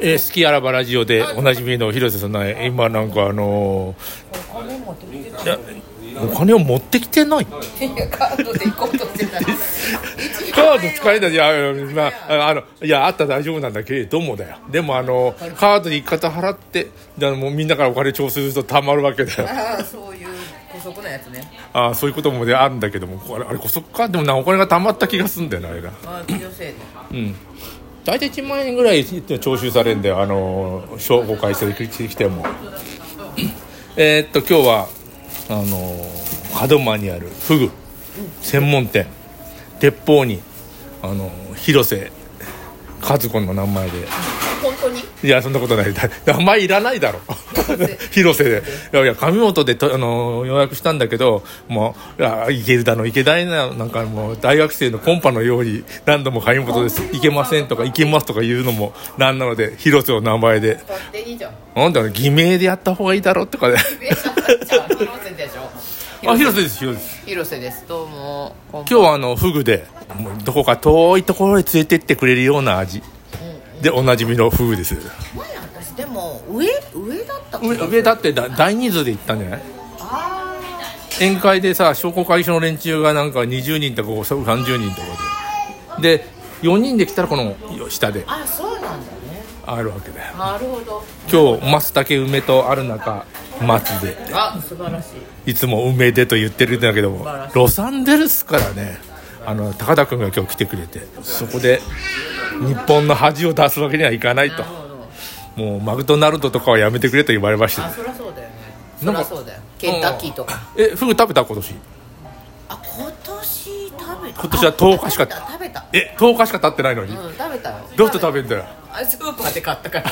えー、好きあらばラジオでおなじみの広瀬さんな今なんかあのお金持ってきてーいやお金を持ってきてないいやカードで行こうと してたらカード使えないいやいやまああのいやあったら大丈夫なんだけれどもだよでもあのカードに一方払ってでもうみんなからお金調整するとたまるわけだよああそういう姑息なやつねああそういうこともねあるんだけどもあれあれこそっかでもなお金が貯まった気がすんだよなあれなああ女性で大体1万円ぐらい徴収されるんだよあの商工会社で来てもえーっと今日はあの門間にあるフグ専門店鉄砲にあの広瀬和子の名前で本当にいやそんなことないだ名前いらないだろ広瀬でいやいや上本でとあの予約したんだけどもういやいけるだのいけないななんかもう大学生のコンパのように何度も上本ですいけませんとかいけますとか言うのもなんなので広瀬の名前でだっていいじゃんなんだろう偽名でやった方がいいだろうとかね上様じゃん広瀬でしょあ広瀬です広瀬です広瀬ですどうもこんばん今日はあのフグでもうどこか遠いところへ連れてってくれるような味でおなじみのフグです前私でも上上だったか上上だってだ大人数で行ったんじゃないあ宴会でさ商工会議所の連中がなんか20人とか30人とかでで4人で来たらこの下でああそうなんだねあるわけだよなるほど今日松茸梅とある中松であ素晴らしいいつも梅でと言ってるんだけどもロサンゼルスからねあの高田君が今日来てくれてそこで日本の恥を出すわけにはいかないとなるほどもうマクドナルドとかはやめてくれと言われましたあよそりゃそうだよねそなんりかゃそうだよケンタッキーとかえフグ食べた今年あ今年食べた今年は10日しかあ食べたえ10日しか経ってないのに食べたうん食べたよどうして食べんだよあスーパーで買ったから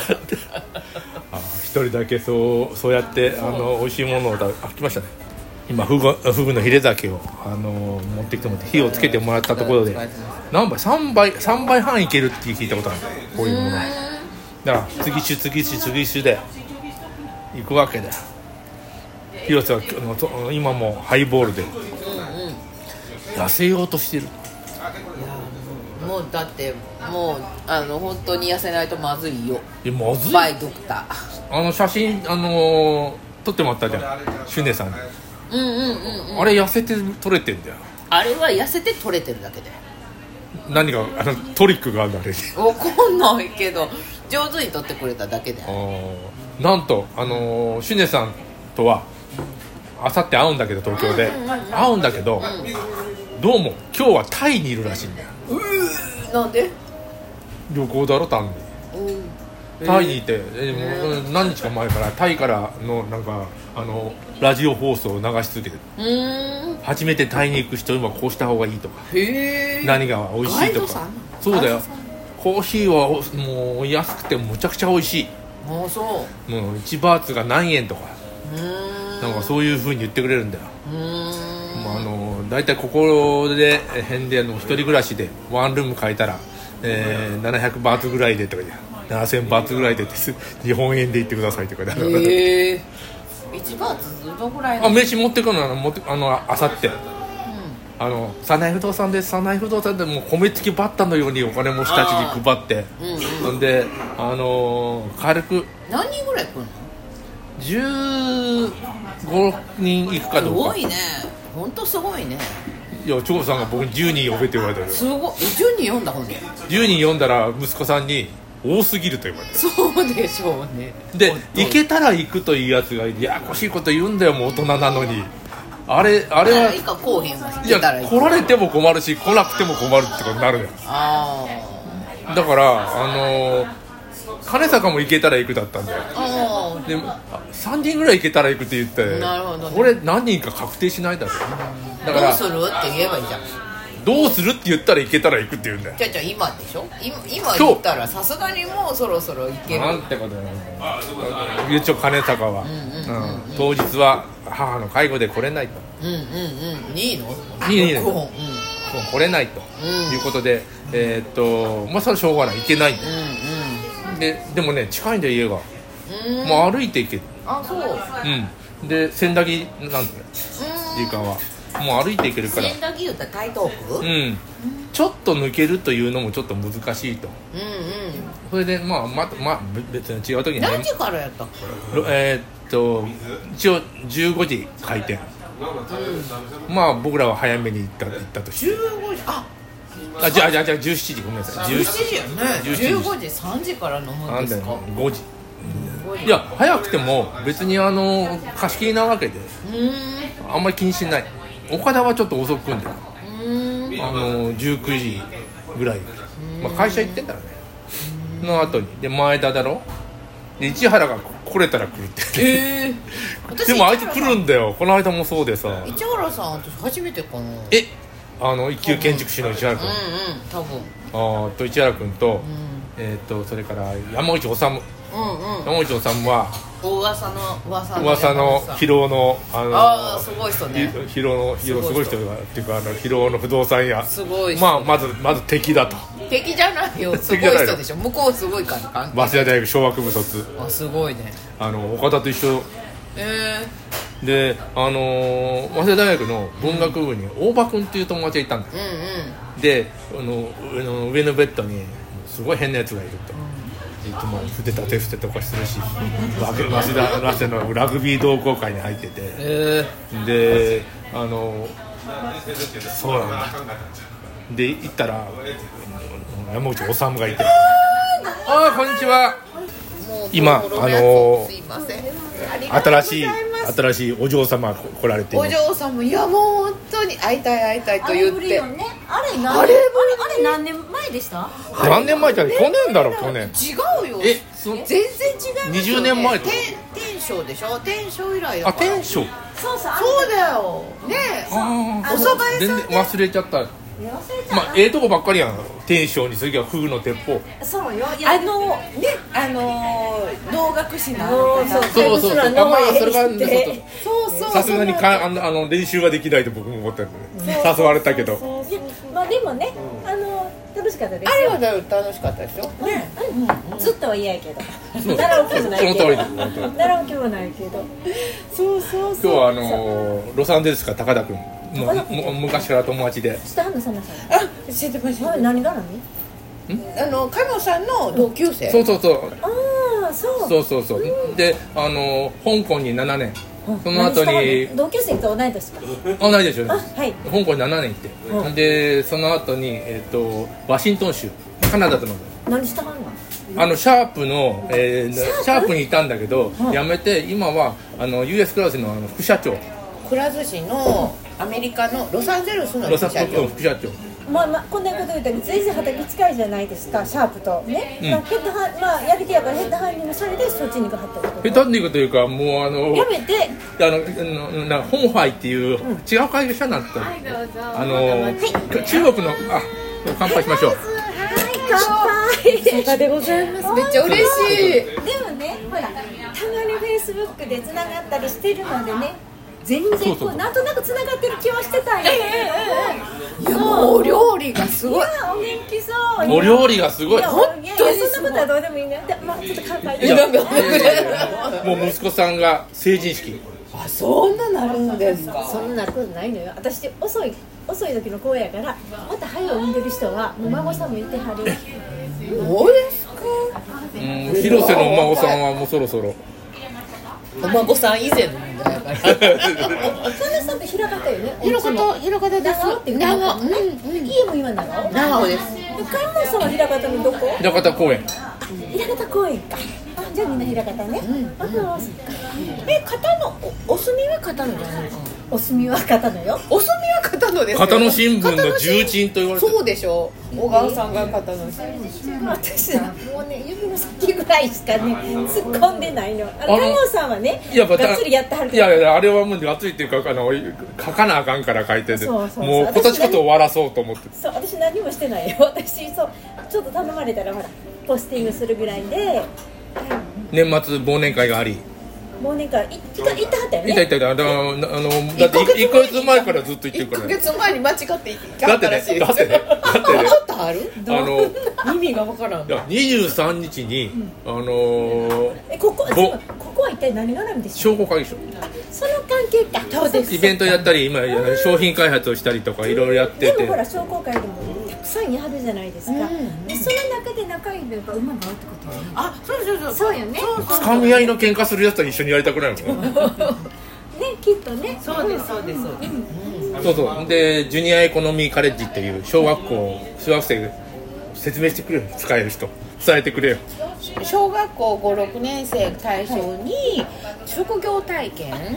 あ一人だけそうそうやってあの美味しいものを食べあ来ましたね今フグフグのヒレ酒をあの持ってきてもらって火をつけてもらったところで何杯3杯三杯半いけるって聞いたことあるこういうものだから次種次種次種で行くわけだよ広瀬はあのと今もハイボールで痩せようとしてるもうだってもうあの本当に痩せないとまずいよえまずいバイドクタあの写真あの撮ってもらったじゃんシュネさんにーうんうんうんあれ痩せて撮れてんだよあれは痩せて取れてるだけで何かあのトリックがあるんだあれにわかんないけど上手に取ってくれただけでなんとあのーシュネさんとはあさって会うんだけど東京で会うんだけど、どうも今日はタイにいるらしいんだよなんで旅行だろ単にうんタイにいて、えもう何日か前からタイからのなんかあのラジオ放送を流し続けてるうーん初めてタイに行く人にはこうした方がいいとかへえ何が美味しいガイとドさかんそうだガイドよさコーヒーはもう安くてむちゃくちゃ美味しいあそもう1バーツが何円とかううーんなんかそういうふうに言ってくれるんだよ、うーんまあ、あの大体ここでえ辺であの一人暮らしでワンルーム借りたら、えー700バーツぐらいでとか言って7000バーツぐらいでって す日本円で言ってくださいとか言って、へえ1バーツどのぐらいあの名刺持ってくるのあの持ってあのあさってあの「早苗不動産です早苗不動産」でもう米付きバッタのようにお金持ちたちに配ってうほんんであのー軽く何人ぐらい来るの15人行くかすどうごかいね本当すごいねいや長さんが僕に10人呼べって言われたけどすごいえ順に読んだ本で10人呼んだら息子さんに多すぎると言われてそうでしょうねで本当に行けたら行くというやつがややこしいこと言うんだよもう大人なのにあれああれれははいいかこうへんはいいけやたらいい来られても困るし来なくても困るってことになるよあだからあのー金坂も行けたら行くだったんだよーあーであ3人ぐらい行けたら行くって言ってなるほどねこれ何人か確定しないだろだかどうらするって言えばいいじゃんどうするって言ったら行けたら行くって言うんだよじゃあじゃあ今でしょ今今今日言ったらさすがにもうそろそろいけるなんてことないゆうちょ金高は、うん当日は母の介護で来れないとうんうんうんいいのいいねいいね録音うん来れないと、うんいうことでえーっとまあそれはしょうがない行けないんだようででもね近いんだよ家が、んうんうんもう歩いて行けるあそううんで千駄木なんだようん時間はもう歩いていけるから千駄木湯って台東区、うん、ううんんちょっと抜けるというのもちょっと難しいとそれでまあまた、まあ、べ別に違う時にね何時からやったっけろえーっと一応15時開店まあ僕らは早めに行った行ったとして15時ああじゃあじゃあじゃあ17時ごめんなさい17 17時やね17時15時3時から飲むなんんでだすよか5時5時いや早くても別にあの貸し切りなわけでうーあんまり気にしない岡田はちょっと遅くんであんうーんの19時ぐらい、まあ、会社行ってんだろうねの後にで前田だろで市原が来れたら来るってえ え私でもあいつ来るんだよこの間もそうでさ市原さん私初めてかなうんうんえあの一級建築士の市原君多分あーと市原君と,、うんえー、とそれから山内治山うんうん内治治は大噂の噂の噂の疲労のあのああすごい人ひね疲労の疲労すすごごいい人人がっていうかあの疲労の不動産屋すごい人まあまずまず敵だと敵じゃないよす敵ごじゃないいの人でしょ向こうすごいから関係早稲田大学商学部卒あすごいねあの岡田と一緒えであのー早稲田大学の文学部に大場君っていう友達がいたんだえうんうんであの上の上のベッドにすごい変なやつがいると。いつも筆立て伏せとかするしラグ早稲田早稲田のラグビー同好会に入っててえであのそうなんだで行ったら山口治がいて「ああこんにちはー、もう今ボロボロあのーやつすいませんありがとうご新ざますしい新しいお嬢様が来られてお嬢さんもいやもう本当に会いたい会いあたいれと言っぶりてよねあれ何あれぶりあれ何年前でした何年前じゃない去年だろ去年違うよえそ全然違いますよ、ね、 20年前と天天正でしょ天正以来だあから天正そうそうあれそうだよねえあお蕎麦屋さん全然忘れちゃった忘れちゃった、まあええとこばっかりやん天正に次はフグの鉄砲そうよいやあのねあのー能楽師のそうそうそうそうそうあまあそれがそうそうちょっとさすがにかあのあの練習はできないと僕も思ったんでね誘われたけどそうそうまあでもねあの楽しかったですあれはだよ楽しかったでしょね、うん、ずっとは嫌やけどそう習う気もないけそどの通りです本当に習う気もないけどそうそうそう今日はあのーロサンゼルスから高田君もう高田君もう昔から友達でちょっと花さんなさあ教えてましいはい何が何あの加納さんの同級生そうそうそうああそうそうそうそうであのー香港に7年その後に同級生と同い年か同じでしょあはい香港に7年行って、うんでその後にえっ、とワシントン州カナダとの何したはんのあのシャープの、えーシシャャーーププにいたんだけど、うんやめて今はあの US クラウスのあの副社長くら寿司のアメリカのロサンゼルスのロ社サンゼルス長の副社長まあまあ、こんなこと言うたら全然畑近いじゃないですかシャープとね、うんまあ、ヘッドハンまあやり手やからヘッドハンディングされてそっちに行くはったこと下手に行くというかもうあのやめてあのあのなホンファイっていう違う会社になった、あの中国のあ乾杯しましょう乾杯でございますめっちゃ嬉しいでもねほらたまにフェイスブックでつながったりしてるのでね全然こうそうそうなんとなくつながってる気はしてたん やいやもうお料理がすいごいやお元気そうお料理がすごいやい本当にすごいいやそんなことはどうでもいいねでまあちょっと乾杯でやなんかいやいやいやもう息子さんが成人式あそんななるんですかそんなことないのよ私遅い遅い時の子やからまた早う産んでる人はお孫さんもいてはるどうですかうん広瀬のお孫さんはもうそろそろ お孫さん以前の問題だからそんなさんって平方よね広方広方です長尾っていうの長尾うんうん家も今長尾長尾です観音さんは平方のどこ平方公園あ平方公園かあじゃあみんな平方ね、ああそっかえ片のおお住みは片のじゃないかお住みは方のよお住みは片のですよ片野新聞の重鎮と言われてるそうでしょ小川さんが片野新聞私もうね指の先ぐらいしかね突っ込んでないのあのあの観音さんはねいやまたがっつりやってはるいけどやいやあれはもうがっつりっていうかあの書かなあかんから書いててそうそうそうもう今年こそ終わらそうと思ってそう私何もしてないよ 私そうちょっと頼まれたらほらポスティングするぐらいで年末忘年会があり忘年会い行った行ったはったよいたねいたいたあのあのだって1ヶ月前からずっと言一ってるヶからね月前に間違っていだかっってねたらしいですだってねだってね ああったあるあの意味がわからんいや23日に、あのーえここぼここは一体何絡みでしょう商工会議所その関係かそうですイベントやったり今商品開発をしたりとかいろいろやってでてもほら商工会でもたくさんやるじゃないですか、うんでその中で仲いいメンバーうまく合うってことよねあそうそうそうそうよねそうそうつかみ合いの喧嘩するやつと一緒にやりたくないもんねきっとねそうですそうですそうですそうそうでジュニアエコノミーカレッジっていう小学校小学生説明してくれよ使える人伝えてくれよ小学校56年生対象に職業体験、はいはい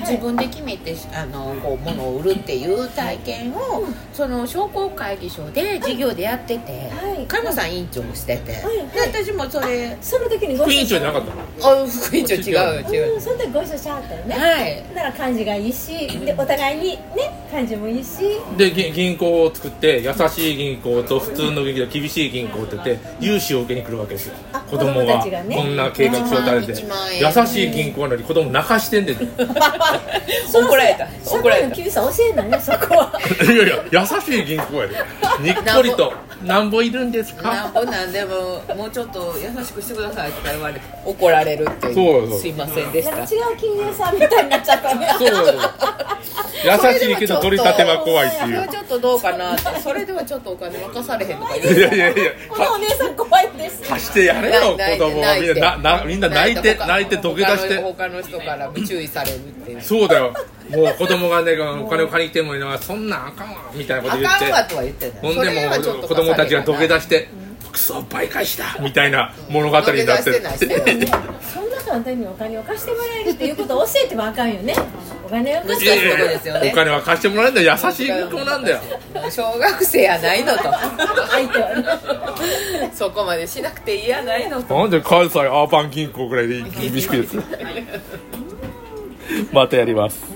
自分で決めてあのこう物を売るっていう体験を、その商工会議所で授業でやってて、はいかのさん委員長をしてて、はいはいで私もそれその時にご副委一緒員長じゃなかったのあ副委員長違う違う、うんその時ご一緒しちゃったよね、はいだから感じがいいしでお互いにね感じもいいしでぎ銀行を作って優しい銀行と普通の銀行と厳しい銀行って言って融資を受けに来るわけですよあ子供が子供たちがねこんな計画書を立てて一万円優しい銀行なのに子供泣かしてんで いそ怒られたそ怒られ社会のた救済教えないねそこはやいや優しい銀行やでにっこりと「なんぼいるんですなんか?ぼなんでももうちょっと優しくしてくださいとか言われて怒られるっていうそうそうすいませんでしなんかた違う金融さんみたいになっちゃったね」そう優しいけど取り立ては怖いってそれいはちょっとどうかなってそれではちょっとお金任されへんとか言ういやいやいやこのお姉さん怖いです貸してやれよ子泣いて供はみんなななみんな泣いて泣いて土下座して他の他の人からも注意されるっていうそうだよもう子供がねお金を借りてもいいなそんなんあかんわみたいなことあ言ってかんわとは言ってないほんでそれはちょっもと子供たちが土下座しして「クソ倍返しだ」みたいな物語になってる土下座してないしてないそんな簡単にお金を貸してもらえるっていうことを教えてもあかんよねお金を貸しいてや難しいいとこやですよねお金は貸してもらえるんだよ優しい銀行なんだよ小学生やないのと 相手はねそこまでしなくていいやないのとなんで関西アーバン銀行ぐらいで厳しくですまたやります